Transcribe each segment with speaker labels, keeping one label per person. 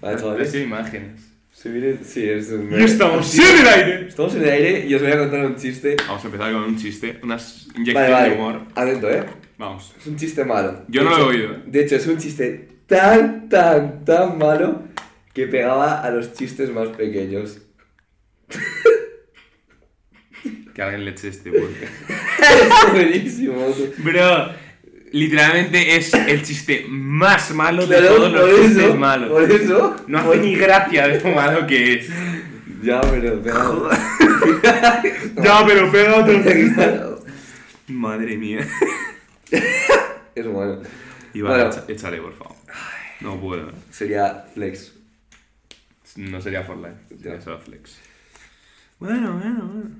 Speaker 1: Vale, chavales.
Speaker 2: Precio de imágenes.
Speaker 1: Se viene- Sí, es un...
Speaker 2: Y estamos en el aire.
Speaker 1: Estamos en el aire y os voy a contar un chiste.
Speaker 2: Vamos a empezar con un chiste, unas inyecciones
Speaker 1: Vale,
Speaker 2: de
Speaker 1: vale.
Speaker 2: humor.
Speaker 1: Atento, ¿eh?
Speaker 2: Vamos.
Speaker 1: Es un chiste malo.
Speaker 2: Yo
Speaker 1: De
Speaker 2: no lo he
Speaker 1: hecho-
Speaker 2: oído.
Speaker 1: De hecho, es un chiste tan, tan, tan malo que pegaba a los chistes más pequeños.
Speaker 2: Que alguien le eche este porque.
Speaker 1: es buenísimo.
Speaker 2: Bro, literalmente es el chiste más malo de
Speaker 1: Claro,
Speaker 2: todos
Speaker 1: por
Speaker 2: los
Speaker 1: eso.
Speaker 2: chistes malos.
Speaker 1: Por eso.
Speaker 2: No hace ni gracia de lo malo que es.
Speaker 1: Ya, pero pegado.
Speaker 2: Ya, pero pega otro Madre mía.
Speaker 1: es bueno.
Speaker 2: Y vale,
Speaker 1: Bueno.
Speaker 2: echa- échale, por favor. No puedo.
Speaker 1: Sería flex.
Speaker 2: No sería Fortnite, sería
Speaker 1: Ya.
Speaker 2: solo Flex. Bueno, bueno, bueno.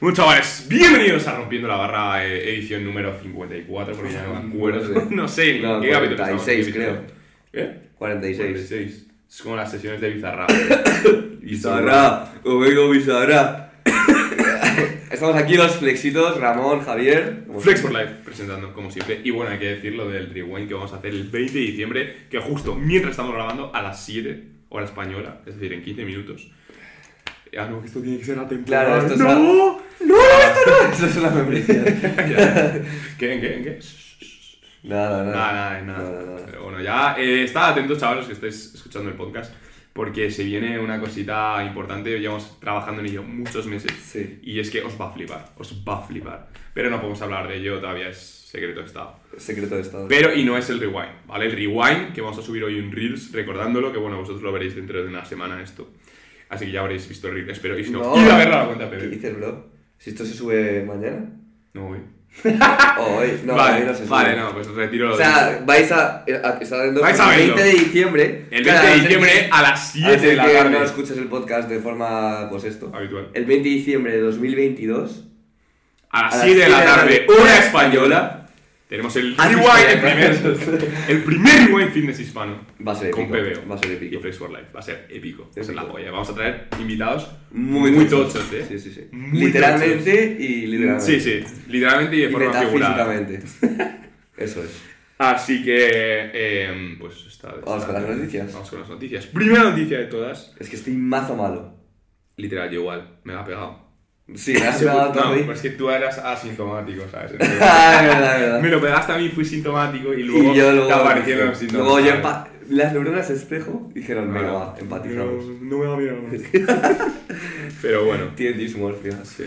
Speaker 2: Bueno, chavales, bienvenidos a Rompiendo la Barra, eh, edición número 54, porque ya no me acuerdo.
Speaker 1: No sé.
Speaker 2: No sé, ni
Speaker 1: No,
Speaker 2: qué capítulo estamos,
Speaker 1: 46
Speaker 2: qué
Speaker 1: creo.
Speaker 2: episodio. ¿Eh?
Speaker 1: 46.
Speaker 2: 46. Es como las sesiones de Bizarra.
Speaker 1: Bizarra, oigo Bizarra. Estamos aquí los flexitos, Ramón, Javier.
Speaker 2: Flex for Life presentando como siempre. Y bueno, hay que decir lo del rewind que vamos a hacer el 20 de diciembre, que justo mientras estamos grabando a las 7 hora española, es decir, en 15 minutos. Ah, no, que esto tiene que ser atemporal.
Speaker 1: Claro, esto es
Speaker 2: ¡No! ¡No!
Speaker 1: Eso es una membresía.
Speaker 2: ¿Qué? ¿En qué? ¿En qué?
Speaker 1: Nada, nada.
Speaker 2: Nada, nada, nada.
Speaker 1: Ah, Nada, nada.
Speaker 2: Pero bueno, ya eh, estad atentos, chavales, que estáis escuchando el podcast, porque se viene una cosita importante. Llevamos trabajando en ello muchos meses.
Speaker 1: Sí.
Speaker 2: Y es que os va a flipar, os va a flipar. Pero no podemos hablar de ello, todavía es secreto de estado.
Speaker 1: Secreto de Estado.
Speaker 2: Pero, y no es el rewind, ¿vale? El rewind, que vamos a subir hoy un Reels recordándolo, que bueno, vosotros lo veréis dentro de una semana esto. Así que ya habréis visto el Reels, espero. Y si no,
Speaker 1: No.
Speaker 2: id a verlo a la cuenta,
Speaker 1: ¿Qué
Speaker 2: Pepe.
Speaker 1: dices, bro? Si esto se sube mañana.
Speaker 2: No voy.
Speaker 1: O hoy. No,
Speaker 2: Ah. vale,
Speaker 1: hoy no se sube.
Speaker 2: vale, no, pues retiro lo
Speaker 1: O
Speaker 2: de-
Speaker 1: sea, vais a. a- está dando
Speaker 2: Vais a
Speaker 1: el
Speaker 2: verlo.
Speaker 1: 20 de diciembre.
Speaker 2: El 20
Speaker 1: Claro,
Speaker 2: de
Speaker 1: a no ser
Speaker 2: diciembre
Speaker 1: que-
Speaker 2: a las
Speaker 1: a no
Speaker 2: 7
Speaker 1: ser
Speaker 2: de la
Speaker 1: que No
Speaker 2: tarde.
Speaker 1: escuches el podcast de forma. Pues esto.
Speaker 2: Habitual.
Speaker 1: El 20 de diciembre de 2022.
Speaker 2: A las
Speaker 1: a las
Speaker 2: 7 de la
Speaker 1: siete de la
Speaker 2: tarde,
Speaker 1: tarde,
Speaker 2: hora española. Tenemos el
Speaker 1: Ah, sí,
Speaker 2: rewind, el
Speaker 1: espera,
Speaker 2: primer, el primer rewind fitness hispano.
Speaker 1: Va a ser
Speaker 2: Con
Speaker 1: épico.
Speaker 2: PBO.
Speaker 1: Va a ser
Speaker 2: Y
Speaker 1: épico.
Speaker 2: Fresh for Life. Va a ser épico. Va a ser
Speaker 1: Épico.
Speaker 2: la polla. Vamos a traer invitados
Speaker 1: Muy
Speaker 2: tochos,
Speaker 1: tochos.
Speaker 2: ¿eh?
Speaker 1: Sí, sí, sí.
Speaker 2: Muy
Speaker 1: literalmente y literalmente.
Speaker 2: Sí, sí. Literalmente y de
Speaker 1: Y
Speaker 2: forma figurada.
Speaker 1: metafísicamente. Eso es.
Speaker 2: Así que, eh, pues está,
Speaker 1: Vamos con las noticias.
Speaker 2: Vamos con las noticias. Primera noticia de todas.
Speaker 1: Es que estoy mazo malo.
Speaker 2: Literal, yo igual, me la ha pegado.
Speaker 1: Sí, me has pegado todo
Speaker 2: no, pues,
Speaker 1: ahí.
Speaker 2: pero es que tú eras asintomático, ¿sabes?
Speaker 1: Ah, es verdad, es verdad.
Speaker 2: me lo pegaste a mí, fui sintomático y luego, te aparecieron los síntomas.
Speaker 1: luego yo
Speaker 2: ¿sabes?
Speaker 1: empa- las neuronas espejo dijeron,
Speaker 2: No,
Speaker 1: venga,
Speaker 2: no.
Speaker 1: va, empatizamos.
Speaker 2: me va a mirar Pero bueno.
Speaker 1: Tiene dismorfia.
Speaker 2: Sí.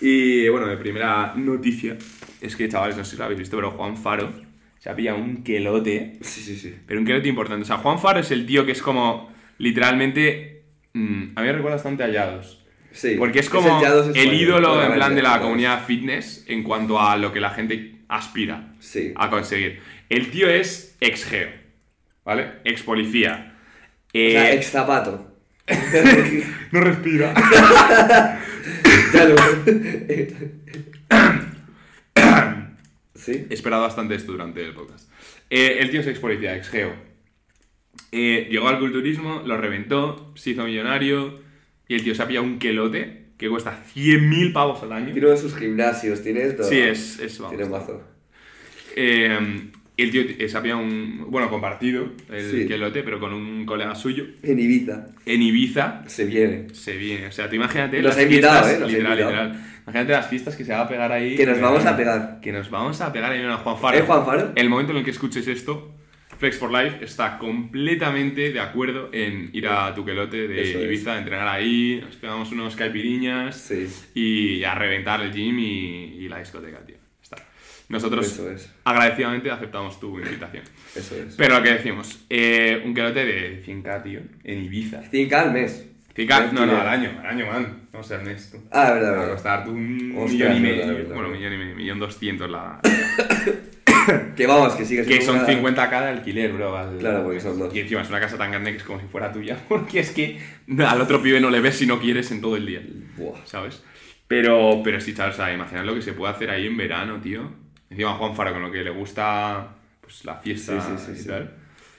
Speaker 2: Y bueno, de primera noticia es que, chavales, no sé si lo habéis visto, pero Juan Faro se ha pillado un quelote.
Speaker 1: Sí, sí, sí.
Speaker 2: Pero un quelote importante. O sea, Juan Faro es el tío que es como, literalmente, mm, a mí me recuerda bastante a Yados.
Speaker 1: Sí.
Speaker 2: Porque es como
Speaker 1: el Yados
Speaker 2: el,
Speaker 1: español,
Speaker 2: ídolo en
Speaker 1: claramente,
Speaker 2: plan de la
Speaker 1: Yados.
Speaker 2: comunidad fitness en cuanto a lo que la gente aspira
Speaker 1: Sí.
Speaker 2: a conseguir. El tío es ex geo, ¿vale? Ex policía.
Speaker 1: O sea,
Speaker 2: Eh,
Speaker 1: ex zapato.
Speaker 2: No respira.
Speaker 1: Claro. sí.
Speaker 2: He esperado bastante esto durante el podcast. Eh, el tío es ex policía, ex geo. Eh, llegó al culturismo, lo reventó, se hizo millonario y el tío se ha pillado un quelote que cuesta 100.000 pavos al año.
Speaker 1: Tiene uno de sus gimnasios, tiene esto.
Speaker 2: Sí, es, es vamos.
Speaker 1: Tiene mazo.
Speaker 2: Eh, el tío eh, se ha pillado un. Bueno, compartido el
Speaker 1: Sí.
Speaker 2: quelote, pero con un colega suyo
Speaker 1: En Ibiza.
Speaker 2: en Ibiza.
Speaker 1: Se viene.
Speaker 2: Se viene, o sea, tú imagínate
Speaker 1: Los
Speaker 2: las
Speaker 1: he invitado,
Speaker 2: fiestas,
Speaker 1: eh, los he
Speaker 2: literal,
Speaker 1: invitado.
Speaker 2: literal. Imagínate las fiestas que se va a pegar ahí.
Speaker 1: Que nos vamos a pegar.
Speaker 2: Que nos vamos a pegar ahí a Juan eh, Faro.
Speaker 1: ¿Eh, Juan Faro?
Speaker 2: El momento en el que escuches esto, Flex for Life está completamente de acuerdo en ir a Tuquelote de
Speaker 1: Eso es.
Speaker 2: Ibiza, entrenar ahí, nos pegamos unos caipiriñas
Speaker 1: Sí.
Speaker 2: y a reventar el gym y, y la discoteca, tío. Ya Está. Nosotros
Speaker 1: Eso es.
Speaker 2: agradecidamente aceptamos tu invitación.
Speaker 1: Eso es.
Speaker 2: Pero lo que decimos, eh, un quelote de 100k, tío, en Ibiza.
Speaker 1: 100k al mes.
Speaker 2: 100k, no, no, al año, al año, man. No seas honesto.
Speaker 1: Ah, verdad,
Speaker 2: Va a
Speaker 1: verdad.
Speaker 2: costar un
Speaker 1: Ostras,
Speaker 2: millón y
Speaker 1: verdad,
Speaker 2: medio.
Speaker 1: verdad,
Speaker 2: bueno,
Speaker 1: verdad.
Speaker 2: millón y medio, millón doscientos la.
Speaker 1: Que vamos, que sigue
Speaker 2: que
Speaker 1: siendo
Speaker 2: son
Speaker 1: una-
Speaker 2: 50 cada alquiler, bro. al-
Speaker 1: Claro, porque son dos.
Speaker 2: Y encima es una casa tan grande que es como si fuera tuya, porque es que al otro pibe no le ves si no quieres en todo el día,
Speaker 1: Buah.
Speaker 2: ¿sabes? Pero, pero sí, chavales, o sea, imaginad lo que se puede hacer ahí en verano, tío. Encima Juan Faro, con lo que le gusta pues, la fiesta
Speaker 1: Sí, sí, sí,
Speaker 2: y
Speaker 1: sí.
Speaker 2: tal.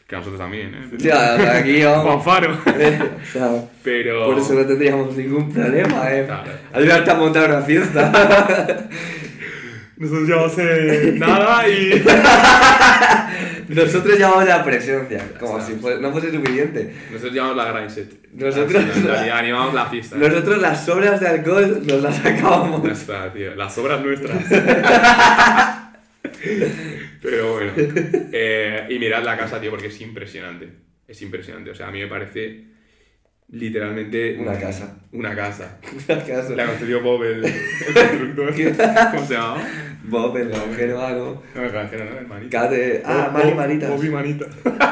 Speaker 2: Que a nosotros también, ¿eh? Pero-
Speaker 1: Ya, o sea, aquí
Speaker 2: Juan
Speaker 1: vamos.
Speaker 2: Faro.
Speaker 1: o sea,
Speaker 2: Pero...
Speaker 1: por eso no tendríamos ningún problema, eh.
Speaker 2: Claro.
Speaker 1: Al final te ha montado una fiesta.
Speaker 2: eh, Nosotros ya no sé nada y...
Speaker 1: Nosotros llamamos la presencia, como
Speaker 2: está.
Speaker 1: si fue- no fuese suficiente.
Speaker 2: Nosotros llamamos la gran set.
Speaker 1: Nosotros-
Speaker 2: En realidad, animamos la fiesta.
Speaker 1: Nosotros las sobras de alcohol nos las acabamos.
Speaker 2: Ya está, tío. Las obras nuestras. Pero bueno. Eh, y mirad la casa, tío, porque es impresionante. Es impresionante. O sea, a mí me parece literalmente...
Speaker 1: Una
Speaker 2: un-
Speaker 1: casa.
Speaker 2: Una casa.
Speaker 1: ¿Acaso?
Speaker 2: La construyó Bob, el, el constructor. ¿Cómo se llamaba?
Speaker 1: Bob, el ángel mago.
Speaker 2: No me parece, no, el manita.
Speaker 1: Cate. Ah,
Speaker 2: Bob-
Speaker 1: Mari
Speaker 2: Bob-
Speaker 1: Manitas.
Speaker 2: Bobby Manita.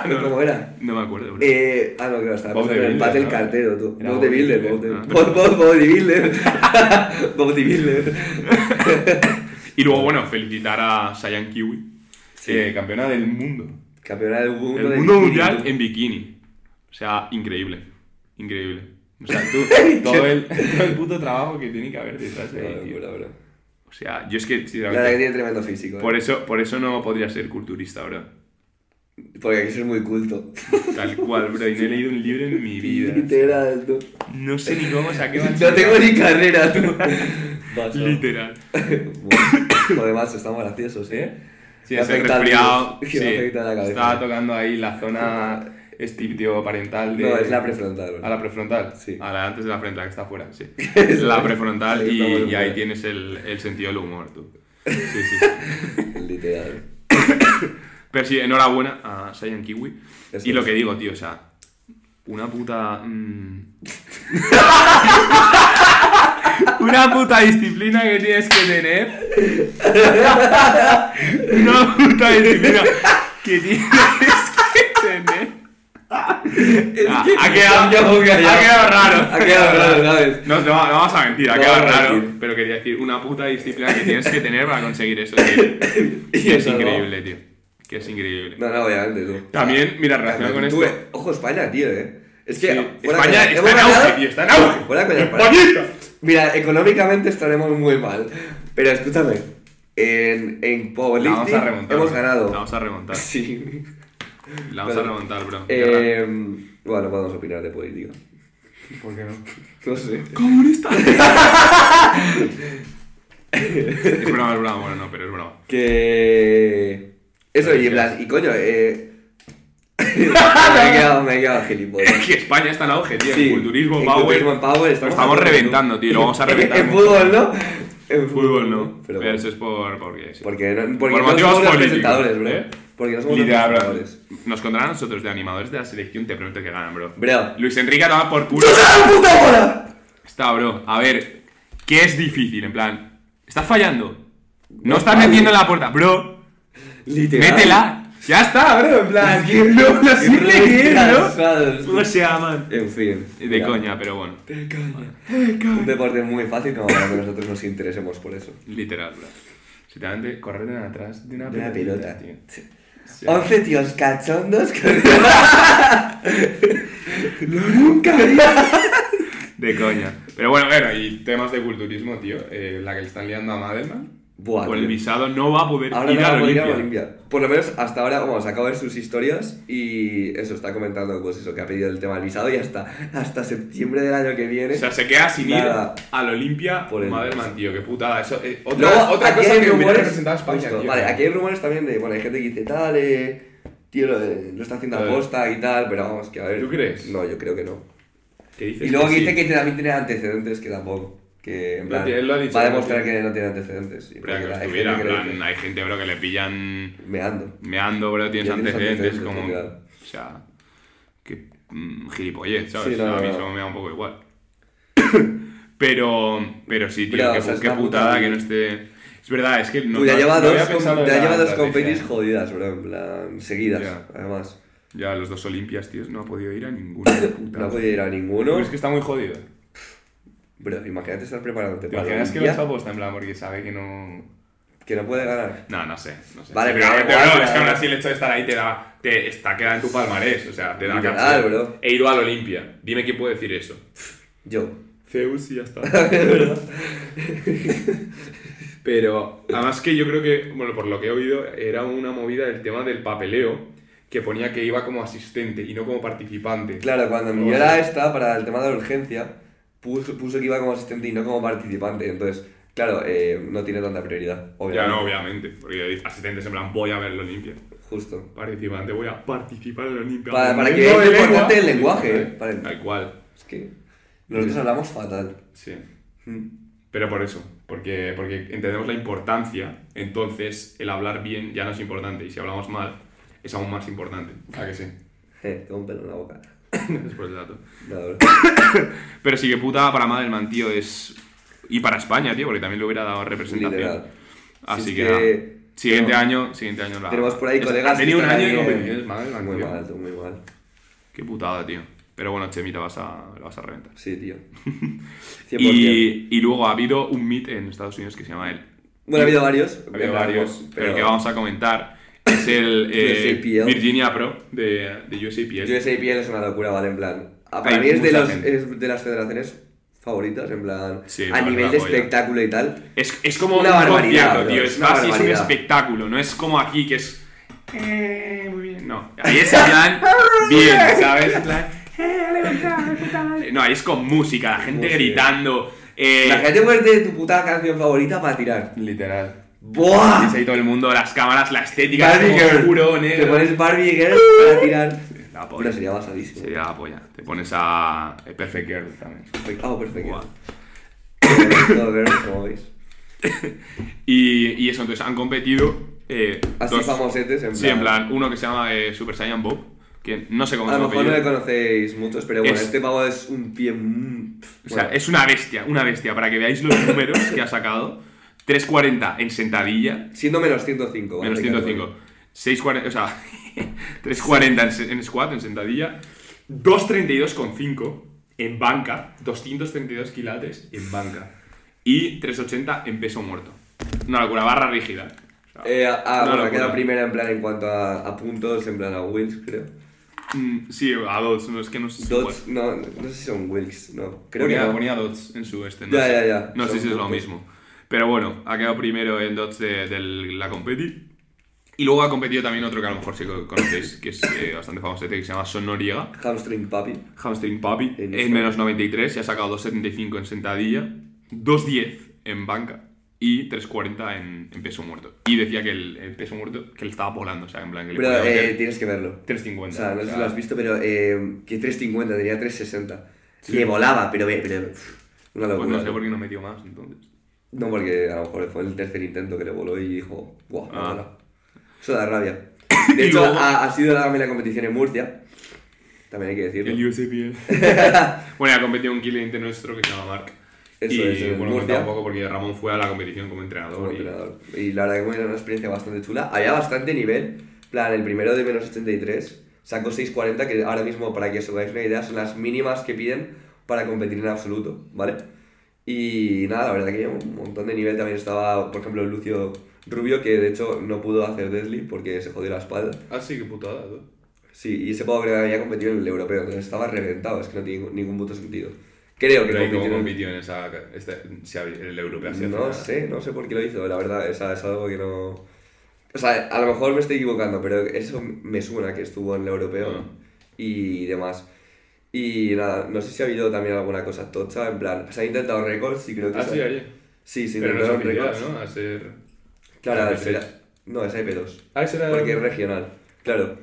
Speaker 1: No, ¿Cómo era?
Speaker 2: No me acuerdo, bro.
Speaker 1: Eh, ah, no, claro, estaba
Speaker 2: Bob
Speaker 1: pensando en
Speaker 2: de
Speaker 1: el empate
Speaker 2: Builder,
Speaker 1: el
Speaker 2: ¿no?
Speaker 1: cartero, tú.
Speaker 2: Era
Speaker 1: Bob de
Speaker 2: Bob de
Speaker 1: Builder, Bob de
Speaker 2: Builder, ah.
Speaker 1: Bob, Bob, Bob de Builder. Bob de Builder.
Speaker 2: Y luego, bueno, felicitar a Sayan Kiwi, eh, campeona del mundo.
Speaker 1: Campeona del mundo.
Speaker 2: El
Speaker 1: de
Speaker 2: mundo
Speaker 1: bikini,
Speaker 2: mundial
Speaker 1: tú.
Speaker 2: en bikini. O sea, increíble. Increíble. O sea, tú, todo el, todo el puto trabajo que tiene que haber detrás de
Speaker 1: Una
Speaker 2: ahí, tío.
Speaker 1: locura, bro.
Speaker 2: O sea, yo es
Speaker 1: La
Speaker 2: que,
Speaker 1: verdad que
Speaker 2: sinceramente,
Speaker 1: tiene tremendo físico. eh.
Speaker 2: por eso, por eso no podría ser culturista, bro.
Speaker 1: eh. Porque hay que ser muy culto.
Speaker 2: Tal cual, bro. Y no he leído un libro en mi vida.
Speaker 1: Literal, tú.
Speaker 2: No sé ni cómo saqué
Speaker 1: No tengo ni carrera, tú. Vas, ¿no?
Speaker 2: Literal.
Speaker 1: Bueno, además, estamos graciosos, ¿eh?
Speaker 2: Sí,
Speaker 1: Me
Speaker 2: estoy
Speaker 1: afecta el
Speaker 2: resfriado.
Speaker 1: virus,
Speaker 2: Sí,
Speaker 1: que me afecta la cabeza.
Speaker 2: estaba tocando ahí la zona estiptioparental de...
Speaker 1: No, es la prefrontal, bro.
Speaker 2: A la prefrontal.
Speaker 1: Sí.
Speaker 2: Pues, A la antes de la frente, la que está fuera, sí. La prefrontal
Speaker 1: Sí, está
Speaker 2: y,
Speaker 1: muy
Speaker 2: y ahí
Speaker 1: buena.
Speaker 2: tienes el, el sentido del humor, tú. Sí, sí, sí.
Speaker 1: Literal.
Speaker 2: Pero sí, enhorabuena a Saiyan Kiwi.
Speaker 1: Eso
Speaker 2: y lo
Speaker 1: es.
Speaker 2: que digo, tío, o sea, una puta. mm, una puta disciplina que tienes que tener. una puta disciplina que tienes que tener. Ah, ha, quedado,
Speaker 1: Ya hemos
Speaker 2: ha quedado raro.
Speaker 1: Ha quedado raro, ¿sabes?
Speaker 2: No, no, no vamos a mentir, ha
Speaker 1: No
Speaker 2: quedado
Speaker 1: vamos a
Speaker 2: raro.
Speaker 1: mentir.
Speaker 2: Pero quería decir, una puta disciplina que tienes que tener para conseguir eso, tío. Que es
Speaker 1: eso no.
Speaker 2: increíble, tío. Que es increíble.
Speaker 1: No, no, obviamente, tú.
Speaker 2: También, mira, relacionado con
Speaker 1: Tú,
Speaker 2: esto.
Speaker 1: eh, Ojo, España, tío, ¿eh? Es
Speaker 2: sí,
Speaker 1: que. fuera
Speaker 2: España
Speaker 1: coña,
Speaker 2: está
Speaker 1: hemos
Speaker 2: en
Speaker 1: ganado-
Speaker 2: auge, tío, está en auge.
Speaker 1: Fuera coña, para-
Speaker 2: ¡Españita!
Speaker 1: Mira, económicamente estaremos muy mal. Pero escúchame. En, en
Speaker 2: La vamos
Speaker 1: powerlifting
Speaker 2: a remontar.
Speaker 1: hemos
Speaker 2: bro.
Speaker 1: ganado.
Speaker 2: La vamos a remontar.
Speaker 1: Sí.
Speaker 2: La vamos a
Speaker 1: Pero-
Speaker 2: remontar, bro. Qué
Speaker 1: Eh, bueno, podemos opinar de política.
Speaker 2: raro. ¿Por qué no?
Speaker 1: No sé.
Speaker 2: ¡Comunista! es broma, es broma, bueno, no, pero es broma.
Speaker 1: Que. Eso, y en plan, y coño, eh. me he quedado, me he quedado gilipollas.
Speaker 2: Que España está en auge, tío.
Speaker 1: Sí,
Speaker 2: en culturismo,
Speaker 1: en
Speaker 2: power.
Speaker 1: culturismo, en power,
Speaker 2: Lo
Speaker 1: estamos a
Speaker 2: estamos
Speaker 1: tope,
Speaker 2: reventando, tío. Lo vamos a
Speaker 1: En,
Speaker 2: reventar.
Speaker 1: en fútbol, ¿no? En
Speaker 2: En fútbol no.
Speaker 1: Pero
Speaker 2: Pero,
Speaker 1: bueno,
Speaker 2: eso es por. Porque, sí.
Speaker 1: porque no, porque
Speaker 2: Por
Speaker 1: no
Speaker 2: motivos
Speaker 1: somos los
Speaker 2: políticos,
Speaker 1: presentadores, bro.
Speaker 2: ¿eh?
Speaker 1: Porque no somos los
Speaker 2: Literal, bro.
Speaker 1: presentadores.
Speaker 2: Nos contarán a nosotros de animadores de la selección, te prometo que ganan, bro.
Speaker 1: Bro.
Speaker 2: Luis Enrique toma por culo.
Speaker 1: la puta bola!
Speaker 2: Está, bro. A ver, ¿qué es difícil? En plan, estás fallando. No estás metiendo en la puerta, bro.
Speaker 1: Literal.
Speaker 2: Métela. Ya está, bro. En plan,
Speaker 1: Es que-
Speaker 2: no, lo
Speaker 1: es
Speaker 2: simple
Speaker 1: re
Speaker 2: que es,
Speaker 1: cansado,
Speaker 2: bro.
Speaker 1: tío.
Speaker 2: No se aman.
Speaker 1: En fin.
Speaker 2: De
Speaker 1: mira,
Speaker 2: coña, pero bueno.
Speaker 1: Un deporte muy fácil como para que nosotros nos interesemos por eso.
Speaker 2: Literal, bro. Sinceramente, correr de atrás de una
Speaker 1: De una pelota.
Speaker 2: tío. O sea,
Speaker 1: 11 tíos cachondos que... ¡No, nunca
Speaker 2: De coña. Pero bueno, bueno, y temas de culturismo, tío. Eh, la que le están liando a Madelman.
Speaker 1: Buah,
Speaker 2: Por el
Speaker 1: tío.
Speaker 2: visado no va a poder
Speaker 1: Ahora
Speaker 2: ir
Speaker 1: no
Speaker 2: a la
Speaker 1: va a ir a
Speaker 2: Olimpia.
Speaker 1: la Olimpia. Por lo menos hasta ahora, vamos, acabo de ver sus historias y eso, está comentando pues eso, que ha pedido el tema del visado y hasta, hasta septiembre del año que viene.
Speaker 2: O sea, se queda sin
Speaker 1: Nada.
Speaker 2: ir al Olimpia
Speaker 1: Por
Speaker 2: por
Speaker 1: el-
Speaker 2: Madelman, tío. Qué putada. Eso, eh, otra
Speaker 1: Luego,
Speaker 2: otra
Speaker 1: aquí
Speaker 2: cosa
Speaker 1: hay
Speaker 2: que hubiera
Speaker 1: rumores-
Speaker 2: representado a España,
Speaker 1: justo,
Speaker 2: tío.
Speaker 1: Vale, aquí hay rumores también de, bueno, hay gente que dice tal, eh, tío, lo, eh, lo está haciendo
Speaker 2: A ver.
Speaker 1: aposta y tal, pero vamos, que a ver.
Speaker 2: ¿Tú crees?
Speaker 1: No, yo creo que no.
Speaker 2: ¿Qué dices?
Speaker 1: Y luego
Speaker 2: que
Speaker 1: dice
Speaker 2: sí.
Speaker 1: que también tiene antecedentes, que tampoco. Que en
Speaker 2: No
Speaker 1: plan,
Speaker 2: tiene- él lo ha dicho,
Speaker 1: va a
Speaker 2: no
Speaker 1: demostrar
Speaker 2: tiene.
Speaker 1: que no tiene antecedentes. Y
Speaker 2: Pero que
Speaker 1: porque
Speaker 2: no
Speaker 1: hay
Speaker 2: estuviera,
Speaker 1: gente
Speaker 2: en
Speaker 1: que lo
Speaker 2: plan,
Speaker 1: dice,
Speaker 2: hay gente, bro, que le pillan
Speaker 1: Me ando.
Speaker 2: meando, bro, tienes
Speaker 1: Ya tienes
Speaker 2: antecedentes,
Speaker 1: antecedentes,
Speaker 2: como...
Speaker 1: claro.
Speaker 2: O sea, que mm, gilipollez, ¿sabes?
Speaker 1: Sí, no,
Speaker 2: O sea, a
Speaker 1: no,
Speaker 2: mí
Speaker 1: no.
Speaker 2: eso me da un poco igual. pero, pero sí, tío,
Speaker 1: Pero,
Speaker 2: qué,
Speaker 1: o sea, es
Speaker 2: qué
Speaker 1: una
Speaker 2: putada
Speaker 1: putada.
Speaker 2: que no esté... Es verdad, es que no,
Speaker 1: Tú ya
Speaker 2: no-
Speaker 1: lleva
Speaker 2: no
Speaker 1: dos,
Speaker 2: había
Speaker 1: com-
Speaker 2: pensado en
Speaker 1: ya
Speaker 2: la
Speaker 1: lleva dos
Speaker 2: estrategia.
Speaker 1: competis jodidas, bro, en plan, seguidas,
Speaker 2: Ya.
Speaker 1: además.
Speaker 2: Ya, los dos Olimpias, tíos, no ha podido ir a ninguna puta.
Speaker 1: No ha podido ir a ninguno.
Speaker 2: Pero Es que está muy jodido.
Speaker 1: Bro, imagínate estar preparándote
Speaker 2: ¿Te
Speaker 1: para
Speaker 2: imaginas que
Speaker 1: Olimpia,
Speaker 2: lo chapo está en plan porque sabe que no...
Speaker 1: que no puede ganar.
Speaker 2: No, no sé, no sé.
Speaker 1: Vale,
Speaker 2: Sí,
Speaker 1: pero
Speaker 2: claro,
Speaker 1: igual,
Speaker 2: no,
Speaker 1: pero-
Speaker 2: es que aún así el hecho de estar ahí te da. Te está queda en tu palmarés, o sea, te da
Speaker 1: Literal,
Speaker 2: caché.
Speaker 1: bro.
Speaker 2: He ido al Olimpia. Dime quién puede decir eso.
Speaker 1: Yo.
Speaker 2: Zeus y ya está. pero además que yo creo que, bueno, por lo que he oído, era una movida del tema del papeleo que ponía que iba como asistente y no como participante.
Speaker 1: Claro, cuando mi era esta, para el tema de la urgencia, puso, puso que iba como asistente y no como participante. Entonces, claro, eh, no tiene tanta prioridad,
Speaker 2: Ya no,
Speaker 1: obviamente.
Speaker 2: obviamente, porque asistentes en plan voy a ver el Olimpia.
Speaker 1: Justo.
Speaker 2: Participante, voy a participar en la Olimpiada.
Speaker 1: Para, para que
Speaker 2: Hablando
Speaker 1: es
Speaker 2: de
Speaker 1: importante el
Speaker 2: lengua.
Speaker 1: lenguaje. eh, para el-
Speaker 2: Tal cual,
Speaker 1: Es que nosotros hablamos fatal.
Speaker 2: sí.
Speaker 1: Mm.
Speaker 2: Pero por eso, porque, porque entendemos la importancia, entonces el hablar bien ya no es importante y si hablamos mal es aún más importante. ¿A que sí?
Speaker 1: Je, tengo un pelo en la boca.
Speaker 2: Después del dato.
Speaker 1: No, bro.
Speaker 2: Pero sí que puta para Madelman, tío, es... Y para España, tío, porque también le hubiera dado representación.
Speaker 1: Literal.
Speaker 2: Así
Speaker 1: Si es
Speaker 2: que...
Speaker 1: que
Speaker 2: nada. Siguiente
Speaker 1: tenemos-
Speaker 2: año, siguiente año la...
Speaker 1: Tenemos por ahí
Speaker 2: Es-
Speaker 1: colegas.
Speaker 2: Ha tenido
Speaker 1: que
Speaker 2: un
Speaker 1: están
Speaker 2: año
Speaker 1: ahí
Speaker 2: de
Speaker 1: en-
Speaker 2: competiciones, Madelman,
Speaker 1: Muy
Speaker 2: tío.
Speaker 1: mal, tú, muy mal.
Speaker 2: Qué putada, tío. Pero bueno, Chemita, vas a, la vas a reventar.
Speaker 1: Sí, tío. 100%.
Speaker 2: Y, y luego ha habido un meet en Estados Unidos que se llama el
Speaker 1: Bueno, ha habido varios.
Speaker 2: Ha habido
Speaker 1: Pero-
Speaker 2: varios, pero, el que vamos a comentar es el eh,
Speaker 1: USAPL.
Speaker 2: Virginia Pro de, de USAPL.
Speaker 1: Yo ese IPL es una locura, ¿vale? En plan. a- Para
Speaker 2: Hay
Speaker 1: mí es de,
Speaker 2: mucha
Speaker 1: los,
Speaker 2: gente.
Speaker 1: es de las federaciones favoritas, en plan.
Speaker 2: Sí,
Speaker 1: a
Speaker 2: no, es
Speaker 1: nivel
Speaker 2: una
Speaker 1: de
Speaker 2: joya.
Speaker 1: espectáculo y tal.
Speaker 2: Es, es como
Speaker 1: Una
Speaker 2: un
Speaker 1: barbaridad,
Speaker 2: concierto,
Speaker 1: bro,
Speaker 2: tío.
Speaker 1: es
Speaker 2: Es
Speaker 1: una
Speaker 2: casi es un
Speaker 1: barbaridad.
Speaker 2: espectáculo, no es como aquí que es. Eh, muy bien. No, ahí es en plan. bien, ¿sabes? En plan. "Eh, levantad, puta madre". No, ahí es con música, la gente
Speaker 1: Música.
Speaker 2: gritando. eh,
Speaker 1: Imagínate ponerte tu puta canción favorita para tirar.
Speaker 2: Literal.
Speaker 1: ¡Buah!
Speaker 2: Es ahí todo el mundo, las cámaras, la estética,
Speaker 1: Barbie
Speaker 2: es como
Speaker 1: Girl.
Speaker 2: oscuro,
Speaker 1: Te
Speaker 2: negro.
Speaker 1: pones Barbie Girl para tirar.
Speaker 2: La polla.
Speaker 1: Pero sería basadísimo.
Speaker 2: Sería la polla. Te pones a eh, Perfect Girl también.
Speaker 1: Perfecto. Ah, perfecto.
Speaker 2: Guau.
Speaker 1: Todo girls, como veis.
Speaker 2: Y, y eso, entonces han competido. eh,
Speaker 1: Así
Speaker 2: dos-
Speaker 1: famosetes, en plan.
Speaker 2: Sí, en plan, uno que se llama eh, Super Saiyan Bob, que no sé cómo
Speaker 1: A
Speaker 2: se
Speaker 1: lo
Speaker 2: llama.
Speaker 1: mejor no le conocéis muchos, pero bueno,
Speaker 2: Es-
Speaker 1: este pavo es un pie. mm,
Speaker 2: O sea,
Speaker 1: bueno,
Speaker 2: es una bestia, una bestia, para que veáis los números que ha sacado. 3.40 en sentadilla,
Speaker 1: Siendo menos 105, ¿vale?
Speaker 2: menos 105. 6.40, o sea, 3.40 en, se- en squat, en sentadilla. 2.32,5 en banca, 232 quilates en banca. Y 3.80 en peso muerto. Una locura, barra rígida. O sea,
Speaker 1: Eh, ah,
Speaker 2: una
Speaker 1: bueno, ha
Speaker 2: locura.
Speaker 1: quedado primera en plan en cuanto a, a puntos, en plan a Wilks, creo.
Speaker 2: Mm, sí, a Dots, no es que no sé si
Speaker 1: Dots, no, no sé si son Wilks, no. Creo
Speaker 2: ponía,
Speaker 1: que no.
Speaker 2: ponía Dots en su este. No
Speaker 1: Ya,
Speaker 2: sé,
Speaker 1: ya, ya.
Speaker 2: No sé
Speaker 1: Son
Speaker 2: si es lo
Speaker 1: puntos.
Speaker 2: mismo. Pero bueno, ha quedado primero en Dots de, de la Competi. Y luego ha competido también otro que a lo mejor sí que conocéis, que es eh, bastante famoso, que se llama Son Noriega,
Speaker 1: Hamstring Papi.
Speaker 2: Hamstring Papi,
Speaker 1: En
Speaker 2: en menos 93, se ha sacado 2.75 en sentadilla, 2.10 en banca y 3.40 en, en peso muerto. Y decía que el, el peso muerto, que le estaba volando, o sea, en plan que le
Speaker 1: Pero
Speaker 2: podía
Speaker 1: eh,
Speaker 2: meter
Speaker 1: tienes que verlo.
Speaker 2: 3.50.
Speaker 1: O sea, no
Speaker 2: o
Speaker 1: sé si
Speaker 2: sea,
Speaker 1: lo has visto, pero eh, que 350, tenía 360.
Speaker 2: Sí.
Speaker 1: Le volaba, pero, ve- pero pff, una
Speaker 2: pues
Speaker 1: locura.
Speaker 2: no sé por qué no metió más, entonces.
Speaker 1: No, porque a lo mejor fue el tercer intento que le voló y dijo, guau, me
Speaker 2: Ah.
Speaker 1: mola". Eso da rabia.
Speaker 2: Y
Speaker 1: De hecho,
Speaker 2: luego-
Speaker 1: ha, ha sido también la competición en Murcia. También hay que decirlo.
Speaker 2: El USPL. bueno, ha competido un cliente nuestro que se llama Mark.
Speaker 1: Eso
Speaker 2: y
Speaker 1: es, en
Speaker 2: bueno,
Speaker 1: Murcia.
Speaker 2: contaba un poco porque Ramón fue a la competición como entrenador.
Speaker 1: como
Speaker 2: y-
Speaker 1: entrenador. Y la verdad que fue una experiencia bastante chula. Había bastante nivel. plan, el primero de menos 83 sacó 6.40, que ahora mismo, para que os hagáis una idea, son las mínimas que piden para competir en absoluto, ¿vale? Y nada, la verdad que un montón de nivel también estaba, por ejemplo, Lucio Rubio, que de hecho no pudo hacer deadlift porque se jodió la espalda.
Speaker 2: Ah, sí, qué putada. ¿no?
Speaker 1: Sí, y ese pavo que había competido en el europeo, entonces estaba reventado, es que no tiene ningún puto sentido. Creo que
Speaker 2: Pero ¿y
Speaker 1: compitió
Speaker 2: cómo
Speaker 1: en el-
Speaker 2: compitió en esa. Este, si hab- el europeo se hace
Speaker 1: No
Speaker 2: nada?
Speaker 1: sé, no sé por qué lo hizo, la verdad, o sea, es algo que no... O sea, a lo mejor me estoy equivocando, pero eso me suena que estuvo en el europeo
Speaker 2: Ah.
Speaker 1: y demás. Y nada, no sé si ha habido también alguna cosa tocha, en plan, se han intentado récords y creo que...
Speaker 2: Ah,
Speaker 1: se-
Speaker 2: sí, ayer.
Speaker 1: Sí, se
Speaker 2: Pero no es
Speaker 1: intentaron récords.
Speaker 2: oficial, ¿no? Ah, A ser.
Speaker 1: Claro,
Speaker 2: Pero
Speaker 1: será-
Speaker 2: es-
Speaker 1: no, es IP2.
Speaker 2: Ah, ese era.
Speaker 1: Porque es regional, claro.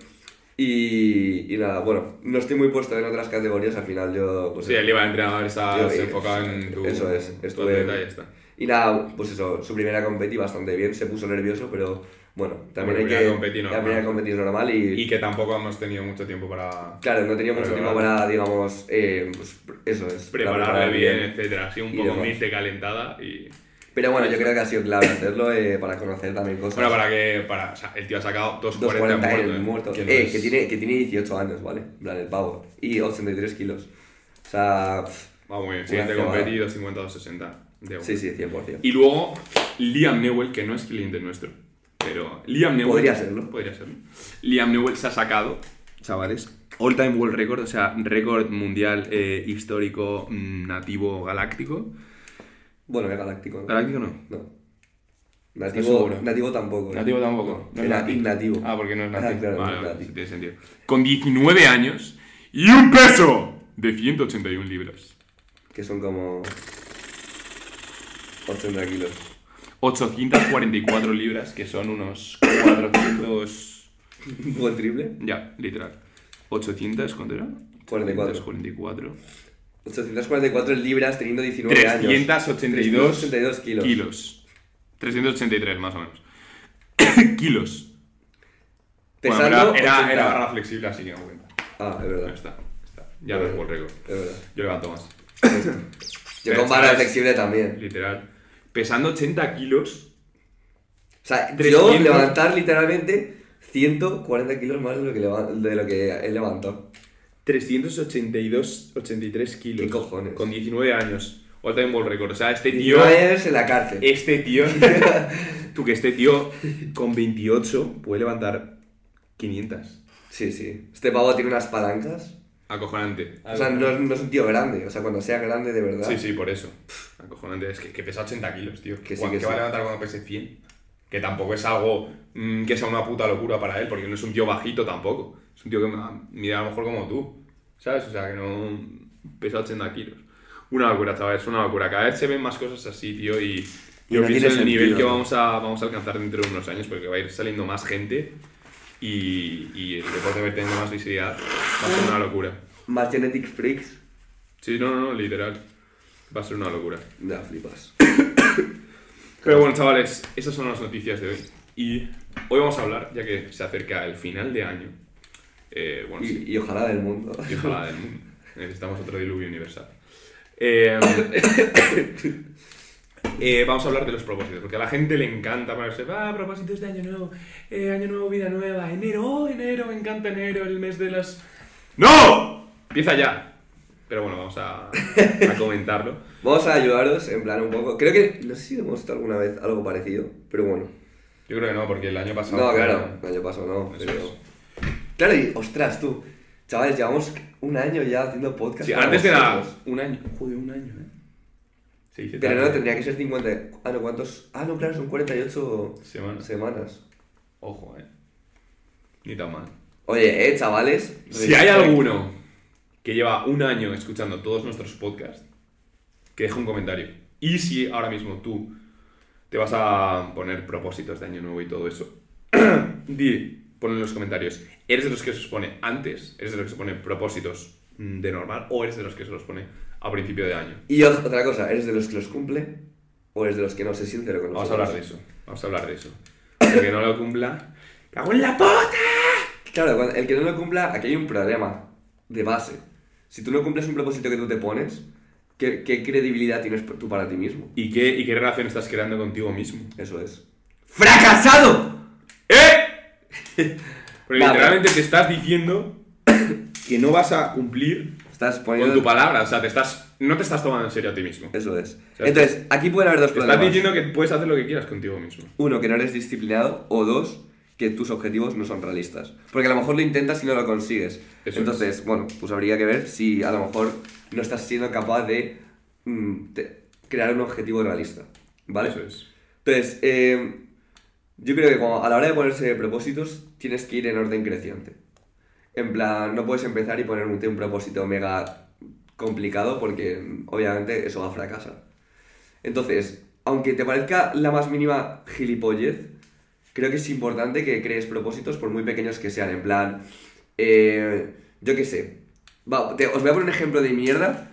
Speaker 1: Y, y nada, bueno, no estoy muy puesto en otras categorías, al final yo... pues,
Speaker 2: Sí, él iba a entrenar,
Speaker 1: Yo-
Speaker 2: estaba se
Speaker 1: eh,
Speaker 2: enfocaba en tu.
Speaker 1: eso es,
Speaker 2: tu
Speaker 1: estuve-
Speaker 2: atleta y ya está.
Speaker 1: Y nada, pues eso, su primera competi bastante bien, se puso nervioso, pero bueno, también
Speaker 2: Hombre,
Speaker 1: hay
Speaker 2: primera
Speaker 1: que...
Speaker 2: competi
Speaker 1: la
Speaker 2: normal.
Speaker 1: primera competi es normal y,
Speaker 2: Y que tampoco hemos tenido mucho tiempo para
Speaker 1: claro, no tenía mucho
Speaker 2: Pero
Speaker 1: tiempo
Speaker 2: vale.
Speaker 1: para, digamos, eh, pues, eso es. para
Speaker 2: prepararla
Speaker 1: preparar
Speaker 2: bien, etcétera. Así un
Speaker 1: Y
Speaker 2: poco
Speaker 1: demás.
Speaker 2: mix de calentada y.
Speaker 1: Pero bueno, yo creo que ha sido clave hacerlo eh, para conocer también cosas.
Speaker 2: Bueno, para que. Para, o sea, el tío ha sacado 2.40
Speaker 1: 240
Speaker 2: muerto.
Speaker 1: en muerto.
Speaker 2: Que no
Speaker 1: Eh,
Speaker 2: es-
Speaker 1: que, tiene, que tiene 18 años, ¿vale? En plan, el pavo. Y 83 kilos. O sea, pff,
Speaker 2: Va muy bien, siguiente
Speaker 1: Una cebada.
Speaker 2: competi 250-260. de una.
Speaker 1: sí, sí, 100%.
Speaker 2: Y luego Liam Newell, que no es cliente nuestro, pero Liam Newell.
Speaker 1: Podría serlo.
Speaker 2: Podría serlo. Liam Newell se ha sacado, chavales, all time world record, o sea, récord mundial eh, histórico mm, nativo galáctico.
Speaker 1: Bueno, es galáctico. ¿no?
Speaker 2: Galáctico no.
Speaker 1: No.
Speaker 2: seguro.
Speaker 1: Nativo, nativo tampoco. ¿eh?
Speaker 2: Nativo tampoco. No es
Speaker 1: Era
Speaker 2: nativo.
Speaker 1: ignativo.
Speaker 2: Ah, porque no es
Speaker 1: Ah,
Speaker 2: nativo.
Speaker 1: claro, no
Speaker 2: vale,
Speaker 1: es
Speaker 2: vale,
Speaker 1: nativo.
Speaker 2: sí tiene sentido. Con 19 años y un peso de 181 libras.
Speaker 1: Que son como 80 kilos.
Speaker 2: 844 libras, que son unos 400...
Speaker 1: Jugó el triple.
Speaker 2: Ya, literal. 800, ¿cuánto era?
Speaker 1: 44.
Speaker 2: 44.
Speaker 1: 844 libras teniendo 19 años.
Speaker 2: 382
Speaker 1: 382 kilos.
Speaker 2: kilos. 383 más o menos. kilos. Bueno,
Speaker 1: Pesando
Speaker 2: era, era,
Speaker 1: 80.
Speaker 2: era barra flexible, así que no cuenta.
Speaker 1: Ah, es
Speaker 2: Ya
Speaker 1: verdad.
Speaker 2: está. está. Ya no es el récord.
Speaker 1: Es verdad.
Speaker 2: Yo levanto más.
Speaker 1: Yo
Speaker 2: Pero,
Speaker 1: con barra
Speaker 2: ¿sabes?
Speaker 1: flexible también.
Speaker 2: Literal. Pesando 80 kilos.
Speaker 1: O sea,
Speaker 2: 300.
Speaker 1: yo levantar literalmente 140 kilos más de lo que, leva- de lo que he levantado.
Speaker 2: 382, 83 kilos.
Speaker 1: ¿Qué cojones?
Speaker 2: Con 19 años. O también Ball Record. O sea, este tío.
Speaker 1: Yo es en la cárcel.
Speaker 2: Este tío. tú que este tío con 28 puede levantar 500.
Speaker 1: Sí, sí. Este pavo tiene unas palancas.
Speaker 2: Acojonante.
Speaker 1: O sea, no, es- no es un tío grande. O sea, cuando sea grande de verdad.
Speaker 2: Sí, sí, por eso. Pff, Acojonante. Es que, que pesa 80 kilos, tío.
Speaker 1: Que sí,
Speaker 2: Guau,
Speaker 1: que
Speaker 2: ¿Qué va a
Speaker 1: sí.
Speaker 2: levantar cuando pese 100? Que tampoco es algo mm, que sea una puta locura para él, porque no es un tío bajito tampoco. Es un tío que mm, mide a lo mejor como tú, ¿sabes? O sea, que no pesa 80 kilos. Una locura, chaval, es una locura. Cada vez se ven más cosas así, tío, y
Speaker 1: Y
Speaker 2: yo
Speaker 1: no
Speaker 2: pienso en el
Speaker 1: tiene
Speaker 2: nivel
Speaker 1: sentido,
Speaker 2: que
Speaker 1: ¿no?
Speaker 2: vamos a, vamos a alcanzar dentro de unos años, porque va a ir saliendo más gente y, y el deporte va a ir teniendo más visibilidad. Va a ser una locura.
Speaker 1: Más genetic freaks.
Speaker 2: Sí, no, no, no, literal. Va a ser una locura.
Speaker 1: Da, flipas.
Speaker 2: Pero bueno, chavales, esas son las noticias de hoy. Y hoy vamos a hablar, ya que se acerca el final de año. eh, bueno, sí,
Speaker 1: Y, y ojalá del mundo.
Speaker 2: y ojalá del mundo. Necesitamos otro diluvio universal. Eh, eh, vamos a hablar de los propósitos, porque a la gente le encanta ponerse, ah, propósitos de año nuevo, eh, año nuevo, vida nueva, enero, oh, enero, me encanta enero, el mes de las... ¡No! Empieza ya. Pero bueno, vamos a, a comentarlo.
Speaker 1: Vamos a ayudaros en plan un poco. Creo que. No sé si hemos hecho alguna vez algo parecido, pero bueno.
Speaker 2: Yo creo que no, porque el año pasado...
Speaker 1: No,
Speaker 2: fue-
Speaker 1: claro, el año pasado no.
Speaker 2: Ah, Eso
Speaker 1: Pero...
Speaker 2: es.
Speaker 1: Claro, y ostras, tú. Chavales, llevamos un año ya haciendo podcast.
Speaker 2: Sí,
Speaker 1: para
Speaker 2: antes era
Speaker 1: vosotros.
Speaker 2: un año. Joder, un año, ¿eh? Se dice
Speaker 1: Pero no,
Speaker 2: tarde.
Speaker 1: tendría que ser 50. Ah, no, ¿cuántos? Ah, no, claro, son 48
Speaker 2: Semanas.
Speaker 1: semanas.
Speaker 2: Ojo, ¿eh? Ni tan mal.
Speaker 1: Oye, eh, chavales.
Speaker 2: Si hay
Speaker 1: respect.
Speaker 2: alguno que lleva un año escuchando todos nuestros podcasts, que deje un comentario. Y si ahora mismo tú te vas a poner propósitos de año nuevo y todo eso, di, pon en los comentarios, ¿eres de los que se los pone antes? ¿Eres de los que se pone propósitos mm, de normal? ¿O eres de los que se los pone a principio de año?
Speaker 1: Y o- otra cosa, ¿eres de los que los cumple? ¿O eres de los que no se sincero con
Speaker 2: Vamos a
Speaker 1: nosotros?
Speaker 2: hablar de eso. Vamos a hablar de eso. El que no lo cumpla. ¡Cago en la puta!
Speaker 1: Claro, cuando- el que no lo cumpla, aquí hay un problema de base. Si tú no cumples un propósito que tú te pones, ¿qué, qué credibilidad tienes p- tú para ti mismo?
Speaker 2: ¿Y qué, ¿Y qué relación estás creando contigo mismo?
Speaker 1: Eso es. ¡Fracasado!
Speaker 2: ¡Eh! Porque
Speaker 1: Vale.
Speaker 2: literalmente te estás diciendo que no vas a cumplir
Speaker 1: Estás
Speaker 2: con
Speaker 1: poniendo.
Speaker 2: tu palabra. O sea, te estás, no te estás tomando en serio a ti mismo. Te
Speaker 1: Eso es.
Speaker 2: sea,
Speaker 1: Entonces, aquí pueden haber dos
Speaker 2: estás
Speaker 1: problemas.
Speaker 2: diciendo que puedes hacer lo que quieras contigo mismo.
Speaker 1: Uno, que no eres disciplinado. O dos, que tus objetivos no son realistas. Porque a lo mejor lo intentas y no lo consigues.
Speaker 2: Eso
Speaker 1: Entonces, bueno, pues habría que ver si a lo mejor no estás siendo capaz de, mm, de crear un objetivo realista. ¿Vale?
Speaker 2: Eso es.
Speaker 1: Entonces, eh, yo creo que cuando- a la hora de ponerse propósitos, tienes que ir en orden creciente. En plan, no puedes empezar y ponerte un propósito mega complicado porque mm, obviamente eso va a fracasar. Entonces, aunque te parezca la más mínima gilipollez, creo que es importante que crees propósitos por muy pequeños que sean. En plan, eh, yo qué sé. Va, te- os voy a poner un ejemplo de mierda,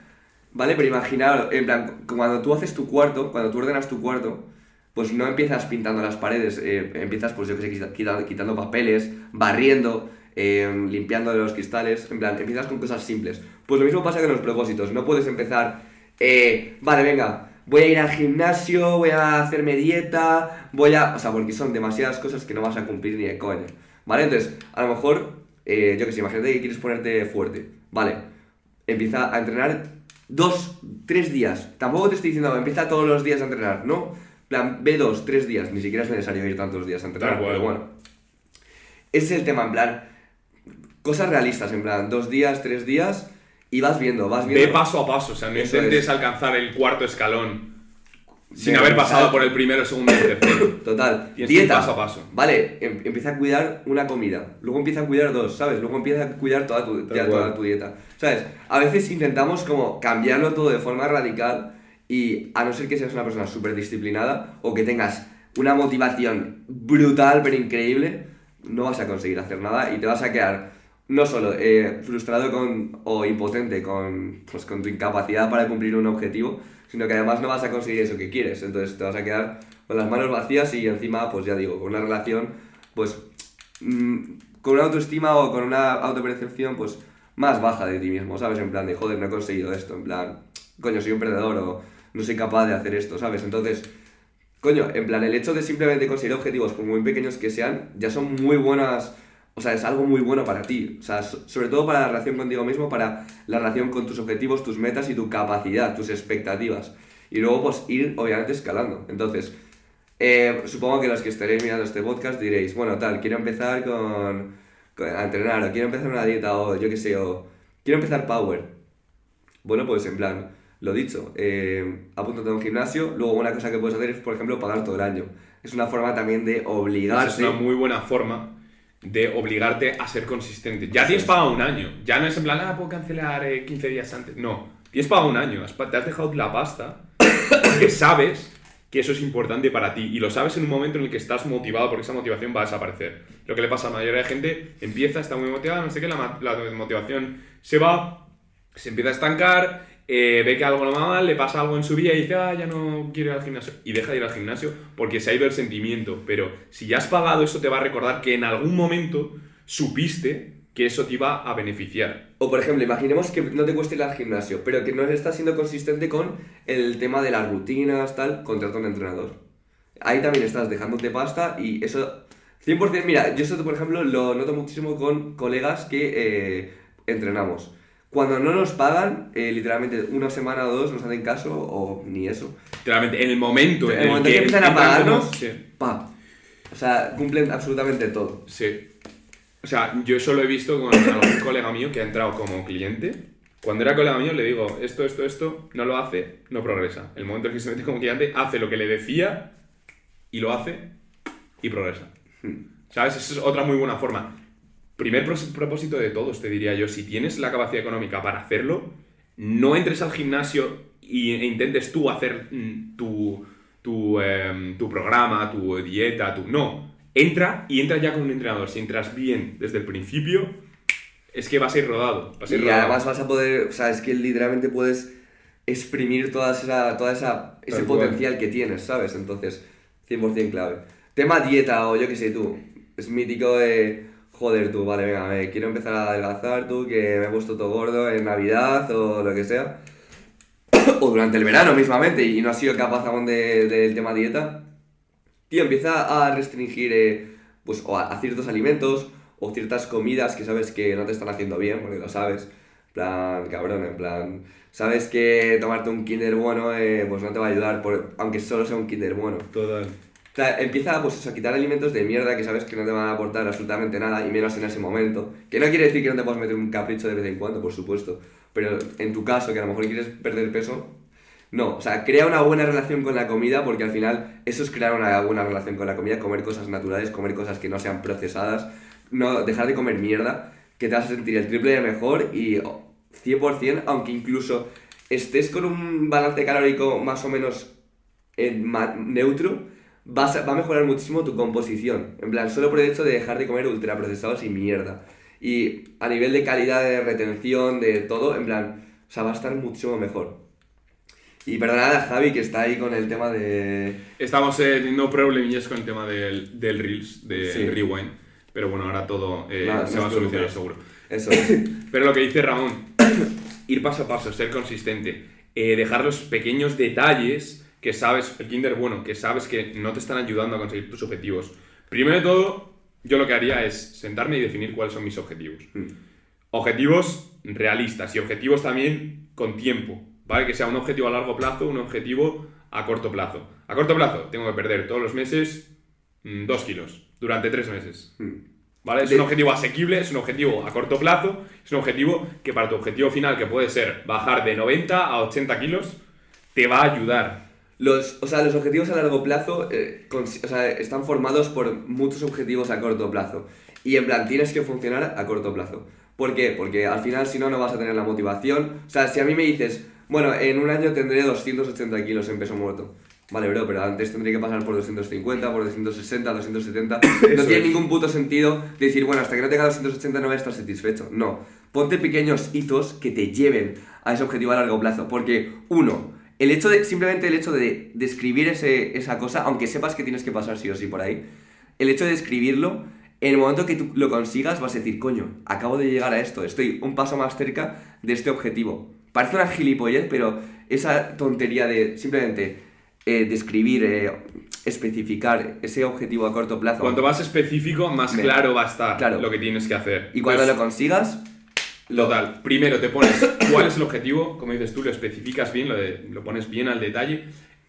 Speaker 1: ¿vale? Pero imaginar, en plan, cu- cuando tú haces tu cuarto, cuando tú ordenas tu cuarto, pues no empiezas pintando las paredes, eh, empiezas, pues yo qué sé, quita- quita- quitando papeles, barriendo, eh, limpiando los cristales, en plan, empiezas con cosas simples. Pues lo mismo pasa con los propósitos, no puedes empezar, eh, vale, venga, voy a ir al gimnasio, voy a hacerme dieta, voy a... O sea, porque son demasiadas cosas que no vas a cumplir ni de coña, ¿vale? Entonces, a lo mejor, eh, yo qué sé, imagínate que quieres ponerte fuerte, ¿vale? empieza a entrenar dos, tres días. Tampoco te estoy diciendo, empieza todos los días a entrenar, ¿no? plan, ve dos, tres días. Ni siquiera es necesario ir tantos días a entrenar,
Speaker 2: Tal cual.
Speaker 1: pero bueno. Ese es el tema, en plan, cosas realistas, en plan, dos días, tres días, y vas viendo, vas
Speaker 2: Ve
Speaker 1: viendo.
Speaker 2: paso a paso. O sea, no
Speaker 1: Eso
Speaker 2: intentes
Speaker 1: es.
Speaker 2: alcanzar el cuarto escalón sin
Speaker 1: Venga,
Speaker 2: haber pasado
Speaker 1: sal-
Speaker 2: por el primero, segundo y tercero.
Speaker 1: Total,
Speaker 2: Tienes que ir
Speaker 1: dieta.
Speaker 2: paso a paso.
Speaker 1: Vale, em- empieza a cuidar una comida, luego empieza a cuidar dos, ¿sabes? Luego empieza a cuidar toda tu,
Speaker 2: Tal
Speaker 1: ya
Speaker 2: cual.
Speaker 1: toda tu dieta, ¿sabes? A veces intentamos como cambiarlo todo de forma radical y a no ser que seas una persona súper disciplinada o que tengas una motivación brutal pero increíble, no vas a conseguir hacer nada y te vas a quedar no solo eh, frustrado con, o impotente con, pues, con tu incapacidad para cumplir un objetivo, sino que además no vas a conseguir eso que quieres. Entonces te vas a quedar con las manos vacías y encima, pues ya digo, con una relación, pues mm, con una autoestima o con una autopercepción, pues más baja de ti mismo, ¿sabes? En plan de, joder, no he conseguido esto, en plan, coño, soy un perdedor o no soy capaz de hacer esto, ¿sabes? Entonces, coño, en plan, el hecho de simplemente conseguir objetivos, por muy pequeños que sean, ya son muy buenas, o sea, es algo muy bueno para ti, o sea, so- sobre todo para la relación contigo mismo, para la relación con tus objetivos, tus metas y tu capacidad, tus expectativas. Y luego, pues, ir, obviamente, escalando. Entonces, eh, supongo que los que estaréis mirando este podcast diréis, bueno, tal, quiero empezar con, con- a entrenar, o quiero empezar una dieta, o yo qué sé, o quiero empezar power. Bueno, pues en plan, lo dicho, eh, apúntate a un gimnasio, luego una cosa que puedes hacer es, por ejemplo, pagar todo el año. Es una forma también de
Speaker 2: Esa es
Speaker 1: obligarse.
Speaker 2: una muy buena forma de obligarte a ser consistente. Ya tienes pagado un año. Ya no es en plan, ah, puedo cancelar eh, 15 días antes. No, tienes pagado un año. Has pa- Te has dejado la pasta porque sabes que eso es importante para ti y lo sabes en un momento en el que estás motivado porque esa motivación va a desaparecer. Lo que le pasa a la mayoría de gente, empieza, está muy motivada, no sé qué, la, ma- la motivación se va, se empieza a estancar, eh, ve que algo lo va mal, le pasa algo en su vida y dice, ah, ya no quiero ir al gimnasio. Y deja de ir al gimnasio porque se ha ido el sentimiento. Pero si ya has pagado, eso te va a recordar que en algún momento supiste que eso te iba a beneficiar.
Speaker 1: O por ejemplo, imaginemos que no te cueste ir al gimnasio, pero que no estás siendo consistente con el tema de las rutinas, tal, contrata un entrenador. Ahí también estás dejándote pasta y eso 100%, mira, yo eso por ejemplo lo noto muchísimo con colegas que eh, entrenamos. Cuando no nos pagan, eh, literalmente una semana o dos nos hacen caso o ni eso.
Speaker 2: Literalmente, en el momento
Speaker 1: En
Speaker 2: en
Speaker 1: el momento que empiezan a
Speaker 2: entran como-
Speaker 1: pagarnos,
Speaker 2: Sí.
Speaker 1: pa. O sea, cumplen absolutamente todo.
Speaker 2: Sí. O sea, yo eso lo he visto con algún colega mío que ha entrado como cliente. Cuando era colega mío le digo, esto, esto, esto, no lo hace, no progresa. El momento en que se mete como cliente, hace lo que le decía y lo hace y progresa. ¿Sabes? Esa es otra muy buena forma. Primer pros- propósito de todos, te diría yo, si tienes la capacidad económica para hacerlo, no entres al gimnasio y- e intentes tú hacer mm, tu, tu, em, tu programa, tu dieta, tu... No, entra y entra ya con un entrenador. Si entras bien desde el principio, es que vas a ir rodado. Vas a ir
Speaker 1: y
Speaker 2: rodado.
Speaker 1: además vas a poder, o sea, es que literalmente puedes exprimir toda esa, toda esa, ese
Speaker 2: Tal cual.
Speaker 1: potencial que tienes, ¿sabes? Entonces, 100% clave. Tema dieta o yo qué sé tú, es mítico de, joder tú, vale, venga, me quiero empezar a adelgazar tú, que me he puesto todo gordo en Navidad o lo que sea, o durante el verano mismamente y no has sido capaz aún de- del tema dieta, tío, empieza a restringir eh, pues, o a, a ciertos alimentos o ciertas comidas que sabes que no te están haciendo bien, porque lo sabes. En plan, cabrón, en plan, sabes que tomarte un Kinder bueno eh, pues no te va a ayudar, por- aunque solo sea un Kinder bueno.
Speaker 2: Total.
Speaker 1: O sea, empieza pues, eso, a quitar alimentos de mierda que sabes que no te van a aportar absolutamente nada, y menos en ese momento. Que no quiere decir que no te puedas meter un capricho de vez en cuando, por supuesto. Pero en tu caso, que a lo mejor quieres perder peso, no. O sea, crea una buena relación con la comida, porque al final eso es crear una buena relación con la comida, comer cosas naturales, comer cosas que no sean procesadas, no dejar de comer mierda, que te vas a sentir el triple de mejor y oh, 100%, aunque incluso estés con un balance calórico más o menos en ma- neutro, vas a- va a mejorar muchísimo tu composición. En plan, solo por el hecho de dejar de comer ultraprocesados y mierda. Y a nivel de calidad de retención, de todo, en plan, o sea, va a estar muchísimo mejor. Y perdonad a Javi que está ahí con el tema de...
Speaker 2: Estamos eh, teniendo problemillas con el tema del, del Reels, del
Speaker 1: Sí.
Speaker 2: Rewind. Pero bueno, ahora todo eh,
Speaker 1: Nada,
Speaker 2: se
Speaker 1: no
Speaker 2: va a
Speaker 1: os
Speaker 2: solucionar
Speaker 1: preocupéis.
Speaker 2: seguro.
Speaker 1: Eso. es.
Speaker 2: Pero lo que dice Ramón, ir paso a paso, ser consistente, eh, dejar los pequeños detalles que sabes, el kinder bueno, que sabes que no te están ayudando a conseguir tus objetivos. Primero de todo, yo lo que haría es sentarme y definir cuáles son mis objetivos.
Speaker 1: Mm.
Speaker 2: Objetivos realistas y objetivos también con tiempo, ¿vale? Que sea un objetivo a largo plazo, un objetivo a corto plazo. A corto plazo, tengo que perder todos los meses 2 kilos durante 3 meses.
Speaker 1: Mm.
Speaker 2: ¿Vale? Es
Speaker 1: De-
Speaker 2: un objetivo asequible, es un objetivo a corto plazo, es un objetivo que para tu objetivo final, que puede ser bajar de 90 a 80 kilos, te va a ayudar.
Speaker 1: Los, o sea, los objetivos a largo plazo eh, cons- o sea, están formados por muchos objetivos a corto plazo. Y en plan, tienes que funcionar a corto plazo. ¿Por qué? Porque al final, si no, no vas a tener la motivación. O sea, si a mí me dices, bueno, en un año tendré 280 kilos en peso muerto. Vale, bro, pero antes tendría que pasar por 250, por 260, 270. no tiene
Speaker 2: es.
Speaker 1: ningún puto sentido decir, bueno, hasta que no tenga 280 no voy a estar satisfecho. No. Ponte pequeños hitos que te lleven a ese objetivo a largo plazo. Porque, uno, el hecho de, simplemente el hecho de describir ese, esa cosa, aunque sepas que tienes que pasar sí o sí por ahí, el hecho de describirlo, en el momento que tú lo consigas vas a decir, coño, acabo de llegar a esto, estoy un paso más cerca de este objetivo. Parece una gilipollez, pero esa tontería de simplemente eh, describir, eh, especificar ese objetivo a corto plazo.
Speaker 2: Cuanto más específico, más
Speaker 1: Me-
Speaker 2: claro va a estar
Speaker 1: claro.
Speaker 2: lo que tienes que hacer.
Speaker 1: Y cuando
Speaker 2: Pues,
Speaker 1: lo consigas,
Speaker 2: Total, primero te pones cuál es el objetivo, como dices tú, lo especificas bien, lo, de- lo pones bien al detalle,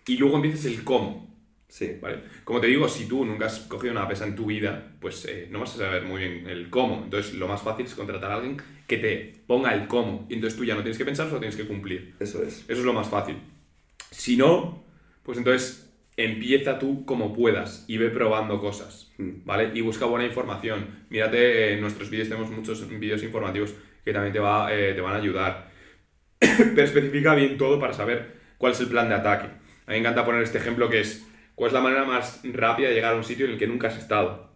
Speaker 2: y luego empiezas el cómo.
Speaker 1: sí.
Speaker 2: ¿vale? Como te digo, si tú nunca has cogido una pesa en tu vida, pues eh, no vas a saber muy bien el cómo. Entonces, lo más fácil es contratar a alguien que te ponga el cómo. Y entonces tú ya no tienes que pensar, solo tienes que cumplir.
Speaker 1: Eso es.
Speaker 2: Eso es lo más fácil. Si no, pues entonces empieza tú como puedas y ve probando cosas,
Speaker 1: Mm.
Speaker 2: ¿vale? Y busca buena información. Mírate, eh, en nuestros vídeos tenemos muchos vídeos informativos que también te, va, eh, te van a ayudar. Pero especifica bien todo para saber cuál es el plan de ataque. A mí me encanta poner este ejemplo que es, ¿cuál es la manera más rápida de llegar a un sitio en el que nunca has estado?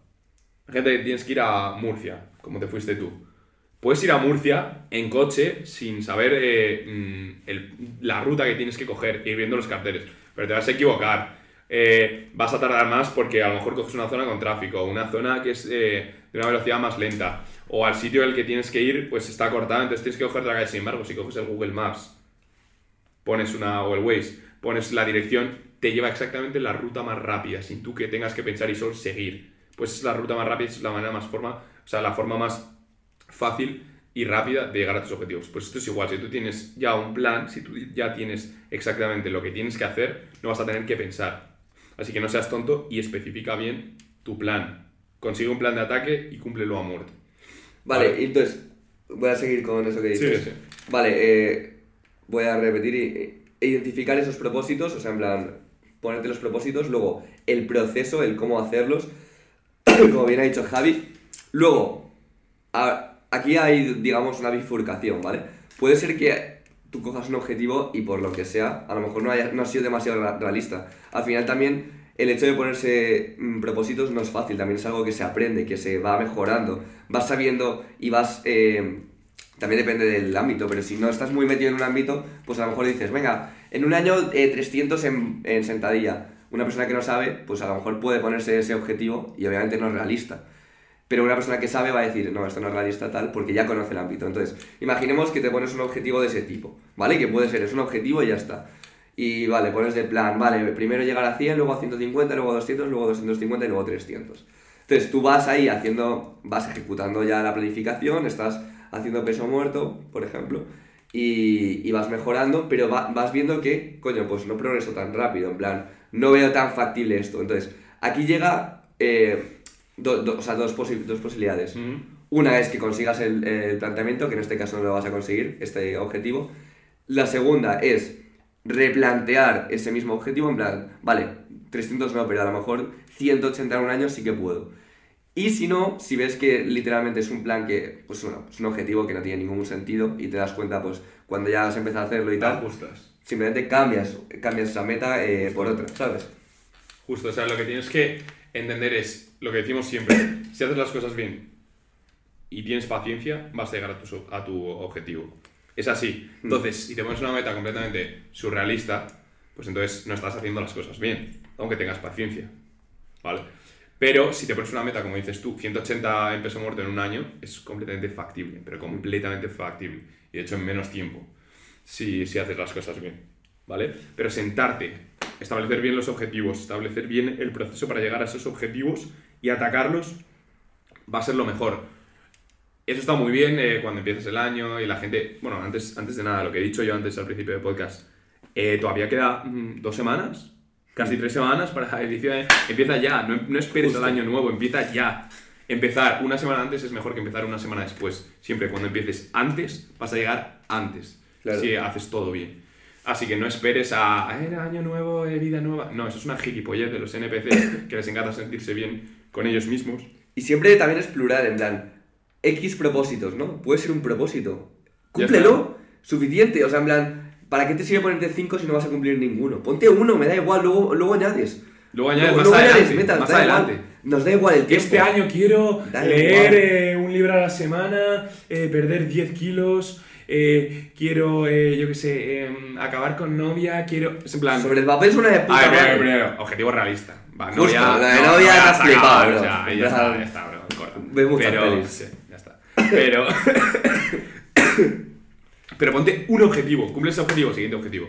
Speaker 2: Gente que tienes que ir a Murcia, como te fuiste tú. Puedes ir a Murcia en coche sin saber eh, mm, el- la ruta que tienes que coger, ir viendo los carteles, pero te vas a equivocar. Eh, vas a tardar más porque a lo mejor coges una zona con tráfico, una zona que es eh, de una velocidad más lenta, o al sitio al que tienes que ir pues está cortado, entonces tienes que coger la calle. Sin embargo, si coges el Google Maps, pones una o el Waze, pones la dirección, te lleva exactamente la ruta más rápida, sin tú que tengas que pensar y solo seguir. Pues es la ruta más rápida, es la manera más forma, o sea, la forma más fácil y rápida de llegar a tus objetivos. Pues esto es igual, si tú tienes ya un plan, si tú ya tienes exactamente lo que tienes que hacer, no vas a tener que pensar. Así que no seas tonto y especifica bien tu plan. Consigue un plan de ataque y cúmplelo a muerte.
Speaker 1: Vale,
Speaker 2: Vale.
Speaker 1: entonces, voy a seguir con eso que dices.
Speaker 2: sí.
Speaker 1: Vale, eh, voy a repetir, i- i- identificar esos propósitos, o sea, en plan, ponerte los propósitos, luego el proceso, el cómo hacerlos, como bien ha dicho Javi. Luego, a- aquí hay, digamos, una bifurcación, ¿vale? Puede ser que tú cojas un objetivo y por lo que sea, a lo mejor no, haya, no ha sido demasiado ra- realista. Al final también... El hecho de ponerse mm, propósitos no es fácil, también es algo que se aprende, que se va mejorando. Vas sabiendo y vas eh, también depende del ámbito, pero si no estás muy metido en un ámbito, pues a lo mejor dices, venga, en un año eh, 300 en, en sentadilla. Una persona que no sabe, pues a lo mejor puede ponerse ese objetivo y obviamente no es realista. Pero una persona que sabe va a decir, no, esto no es realista tal, porque ya conoce el ámbito. Entonces, imaginemos que te pones un objetivo de ese tipo, ¿vale? Que puede ser, es un objetivo y ya está. Y vale, pones de plan, vale, primero llegar a 100, luego a 150, luego a 200, luego a 250 y luego a 300. Entonces tú vas ahí haciendo, vas ejecutando ya la planificación, estás haciendo peso muerto, por ejemplo, y, y vas mejorando, pero va- vas viendo que, coño, pues no progreso tan rápido, en plan, no veo tan factible esto. Entonces, aquí llega, eh, do- do- o sea, dos, posi- dos posibilidades.
Speaker 2: Ujú.
Speaker 1: Una es que consigas el, el planteamiento, que en este caso no lo vas a conseguir, este objetivo. La segunda es replantear ese mismo objetivo, en plan, vale, 300 no, pero a lo mejor 180 en un año sí que puedo. Y si no, si ves que literalmente es un plan que, pues bueno, es un objetivo que no tiene ningún sentido y te das cuenta, pues cuando ya has empezado a hacerlo y
Speaker 2: Te
Speaker 1: tal,
Speaker 2: ajustas.
Speaker 1: simplemente cambias, cambias esa meta eh, por otra, ¿sabes?
Speaker 2: Justo, o sea, lo que tienes que entender es lo que decimos siempre. Si haces las cosas bien y tienes paciencia, vas a llegar a tu, so- a tu objetivo. Es así. Entonces, si te pones una meta completamente surrealista, pues entonces no estás haciendo las cosas bien, aunque tengas paciencia. ¿Vale? Pero si te pones una meta, como dices tú, 180 en peso muerto en un año, es completamente factible, pero completamente factible. Y de hecho en menos tiempo, si, si haces las cosas bien. ¿Vale? Pero sentarte, establecer bien los objetivos, establecer bien el proceso para llegar a esos objetivos y atacarlos va a ser lo mejor. Eso está muy bien eh, cuando empiezas el año y la gente. Bueno, antes, antes de nada, lo que he dicho yo antes al principio del podcast, eh, todavía queda mm, dos semanas, casi tres semanas para el inicio de- Empieza ya, no, no esperes
Speaker 1: Justo.
Speaker 2: al año nuevo, empieza ya. Empezar una semana antes es mejor que empezar una semana después. Siempre cuando empieces antes, vas a llegar antes.
Speaker 1: Claro.
Speaker 2: Si haces todo bien. Así que no esperes a "Ah, era año nuevo, eh, vida nueva. No, eso es una gilipollez de los NPCs que les encanta sentirse bien con ellos mismos.
Speaker 1: Y siempre también es plural, en plan, X propósitos, ¿no? Puede ser un propósito.
Speaker 2: Ya
Speaker 1: Cúmplelo, suficiente, o sea, en plan, ¿Para qué te sirve ponerte 5 si no vas a cumplir ninguno? Ponte uno, me da igual, luego, luego añades.
Speaker 2: Luego añades más
Speaker 1: luego
Speaker 2: adelante.
Speaker 1: metas,
Speaker 2: más
Speaker 1: da igual.
Speaker 2: adelante.
Speaker 1: nos da igual el tiempo.
Speaker 3: Este año quiero
Speaker 1: Da
Speaker 3: leer
Speaker 1: igual.
Speaker 3: eh, un libro a la semana, eh, perder 10 kilos, eh, quiero, eh, yo qué sé, eh,
Speaker 2: em,
Speaker 3: acabar con novia, quiero... Es en plan...
Speaker 1: Sobre el papel es una de puta
Speaker 2: A ver,
Speaker 1: madre.
Speaker 2: primero, primero, objetivo realista. Va,
Speaker 1: Justo,
Speaker 2: novia-
Speaker 1: la de novia te has
Speaker 2: está
Speaker 1: flipado,
Speaker 2: acabado,
Speaker 1: bro.
Speaker 2: o sea, ahí ya está, ya está, bro. corta.
Speaker 1: Veo muchas
Speaker 2: Pero-
Speaker 1: pelis.
Speaker 2: sí, ya está. Pero. Pero ponte un objetivo. Cumple ese objetivo, siguiente objetivo.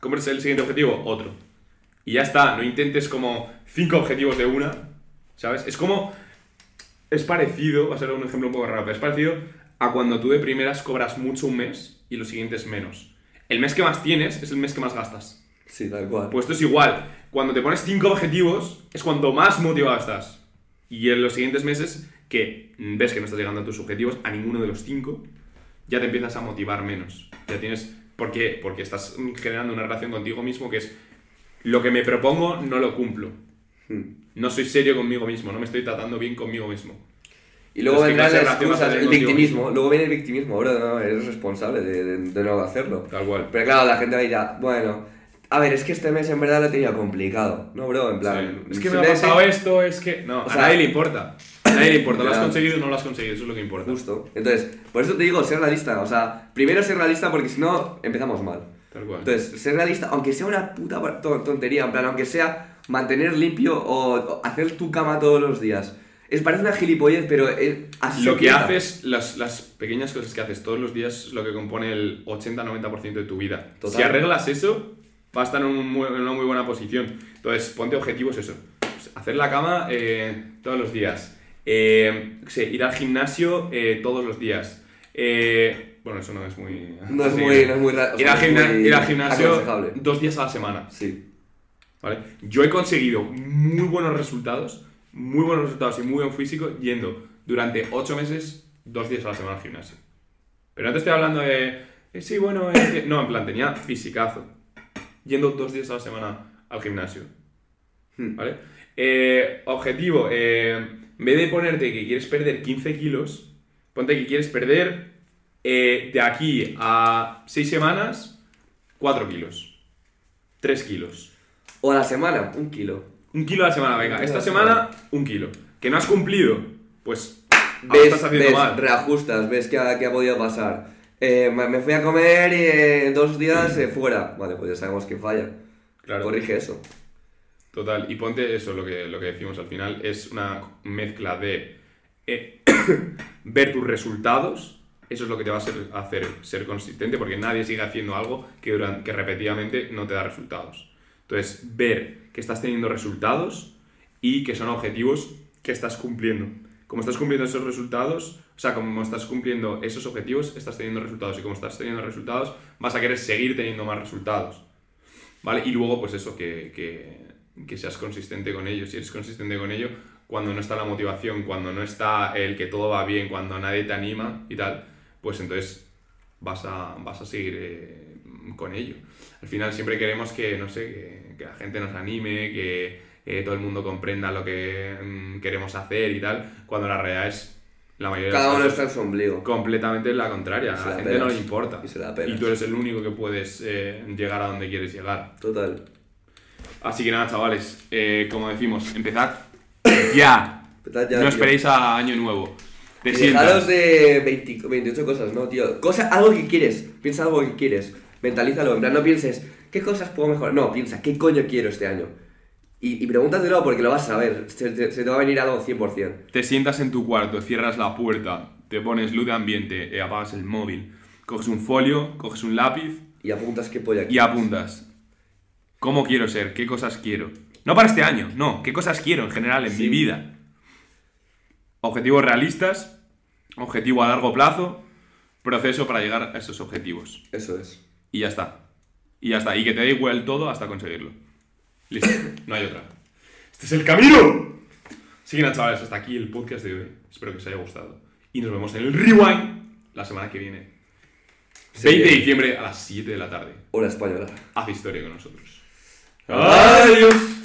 Speaker 2: Cumples el siguiente objetivo, otro. Y ya está, no intentes como cinco objetivos de una, ¿sabes? Es como. Es parecido, va a ser un ejemplo un poco raro, pero es parecido a cuando tú de primeras cobras mucho un mes y los siguientes menos. El mes que más tienes es el mes que más gastas.
Speaker 1: Sí, tal cual.
Speaker 2: Pues esto es igual. Cuando te pones 5 objetivos, es cuando más motivado estás. Y en los siguientes meses, que ves que no estás llegando a tus objetivos, a ninguno de los 5, ya te empiezas a motivar menos. Ya tienes. ¿Por qué? Porque estás mm, generando una relación contigo mismo que es. Lo que me propongo no lo cumplo.
Speaker 1: Hmm.
Speaker 2: No soy serio conmigo mismo, no me estoy tratando bien conmigo mismo.
Speaker 1: y luego
Speaker 2: es que
Speaker 1: vendrán
Speaker 2: clase
Speaker 1: las
Speaker 2: de relación vas a
Speaker 1: excusas,
Speaker 2: tener
Speaker 1: el
Speaker 2: contigo
Speaker 1: victimismo. Luego viene el victimismo, bro, no, eres responsable de, de- de no hacerlo.
Speaker 2: Tal cual.
Speaker 1: Pero claro, la gente dirá, bueno, a ver, es que este mes en verdad lo he tenido complicado. No, bro, en plan.
Speaker 2: Sí. Es que me ha
Speaker 1: simplemente-
Speaker 2: pasado esto, es que. No,
Speaker 1: O
Speaker 2: a
Speaker 1: sea-
Speaker 2: nadie le importa. A nadie le importa. ¿Lo has
Speaker 1: Ya.
Speaker 2: conseguido o no lo has conseguido? Eso es lo que importa.
Speaker 1: Justo. Entonces, por eso te digo, ser realista. O sea, primero ser realista porque si no, empezamos mal.
Speaker 2: Tal cual.
Speaker 1: Entonces, ser realista, aunque sea una puta to- tontería, en plan, aunque sea mantener limpio o o hacer tu cama todos los días. Es, parece una gilipollez, pero eh, así
Speaker 2: Lo
Speaker 1: se
Speaker 2: que
Speaker 1: empieza.
Speaker 2: haces, las, las pequeñas cosas que haces todos los días es lo que compone el 80-90% de tu vida.
Speaker 1: Total.
Speaker 2: Si arreglas eso, vas a estar en, un muy- en una muy buena posición. Entonces, ponte objetivos eso. Pues, hacer la cama eh, todos los días. Eh, yo qué sé, ir al gimnasio eh, todos los días. Eh, bueno, eso no es muy...
Speaker 1: No es
Speaker 2: sí.
Speaker 1: muy, no es muy ra- o
Speaker 2: Ir
Speaker 1: sea,
Speaker 2: al
Speaker 1: no es
Speaker 2: gimna-
Speaker 1: muy
Speaker 2: ir al gimnasio
Speaker 1: aconsejable.
Speaker 2: dos días a la semana.
Speaker 1: Sí,
Speaker 2: ¿vale? Yo he conseguido muy buenos resultados, muy buenos resultados y muy buen físico yendo durante 8 meses, dos días a la semana al gimnasio. Pero no te estoy hablando de, eh, sí, bueno, es que- no, en plan, tenía fisicazo, yendo dos días a la semana al gimnasio,
Speaker 1: Hmm.
Speaker 2: ¿vale? Eh, objetivo, eh, en vez de ponerte que quieres perder 15 kilos, ponte que quieres perder eh, de aquí a 6 semanas 4 kilos, 3 kilos.
Speaker 1: O a la semana, un kilo.
Speaker 2: Un kilo a la semana, venga.
Speaker 1: Un kilo a
Speaker 2: Esta
Speaker 1: la
Speaker 2: semana, un kilo. ¿Que no has cumplido? Pues ahora
Speaker 1: Ves,
Speaker 2: estás haciendo
Speaker 1: ves,
Speaker 2: mal.
Speaker 1: reajustas, ves qué ha, qué ha podido pasar. Eh, me me fui a comer eh, dos días eh, fuera. Vale, pues ya sabemos que falla.
Speaker 2: Mm. Claro,
Speaker 1: Corrige eso.
Speaker 2: total. Y ponte eso, lo que, lo que decimos al final, es una mezcla de eh, ver tus resultados. Eso es lo que te va a hacer, hacer ser consistente, porque nadie sigue haciendo algo que, duran- que repetidamente no te da resultados. Entonces, ver que estás teniendo resultados y que son objetivos que estás cumpliendo. Como estás cumpliendo esos resultados, o sea, como estás cumpliendo esos objetivos, estás teniendo resultados. Y como estás teniendo resultados, vas a querer seguir teniendo más resultados. ¿Vale? Y luego, pues eso, que, que, que seas consistente con ello. Si eres consistente con ello, cuando no está la motivación, cuando no está el que todo va bien, cuando nadie te anima y tal, pues entonces vas a, vas a seguir eh, con ello. Al final siempre queremos que, no sé, que, que la gente nos anime, que eh, todo el mundo comprenda lo que mm, queremos hacer y tal, cuando la realidad es la mayoría de
Speaker 1: Cada
Speaker 2: las
Speaker 1: uno
Speaker 2: cosas
Speaker 1: está en su ombligo.
Speaker 2: completamente la contraria.
Speaker 1: Y se
Speaker 2: A la
Speaker 1: la
Speaker 2: gente
Speaker 1: pelas.
Speaker 2: no le importa.
Speaker 1: Y se la pelas.
Speaker 2: Y tú eres el único que puedes eh, llegar a donde quieres llegar.
Speaker 1: Total.
Speaker 2: Así que nada, chavales, eh, como decimos, empezad ya.
Speaker 1: Petad ya,
Speaker 2: no
Speaker 1: tío.
Speaker 2: esperéis a año nuevo. Te
Speaker 1: Y Dejaros
Speaker 2: sientas.
Speaker 1: de 20 28 cosas, ¿no, tío? Cosa, algo que quieres. Piensa algo que quieres. Mentalízalo. En plan, no pienses, ¿qué cosas puedo mejorar? No, piensa, ¿qué coño quiero este año? Y, y pregúntatelo porque lo vas a saber. Se, se- se te va a venir algo 100%.
Speaker 2: Te sientas en tu cuarto, cierras la puerta, te pones luz de ambiente, eh, apagas el móvil, coges un folio, coges un lápiz
Speaker 1: Y apuntas qué polla
Speaker 2: y
Speaker 1: quieres.
Speaker 2: apuntas. ¿Cómo quiero ser? ¿Qué cosas quiero? No para este año, no. ¿Qué cosas quiero en general en mi
Speaker 1: Sí.
Speaker 2: vida? Objetivos realistas, objetivo a largo plazo, proceso para llegar a esos objetivos.
Speaker 1: Eso es.
Speaker 2: Y ya está. Y ya está. Y que te dé igual todo hasta conseguirlo. Listo. No hay otra. ¡Este es el camino! Así que nada, chavales, hasta aquí el podcast de hoy. Espero que os haya gustado. Y nos vemos en el Rewind la semana que viene. 20 de diciembre a las 7 de la tarde.
Speaker 1: Hora española.
Speaker 2: Haz historia con nosotros.
Speaker 1: Adiós.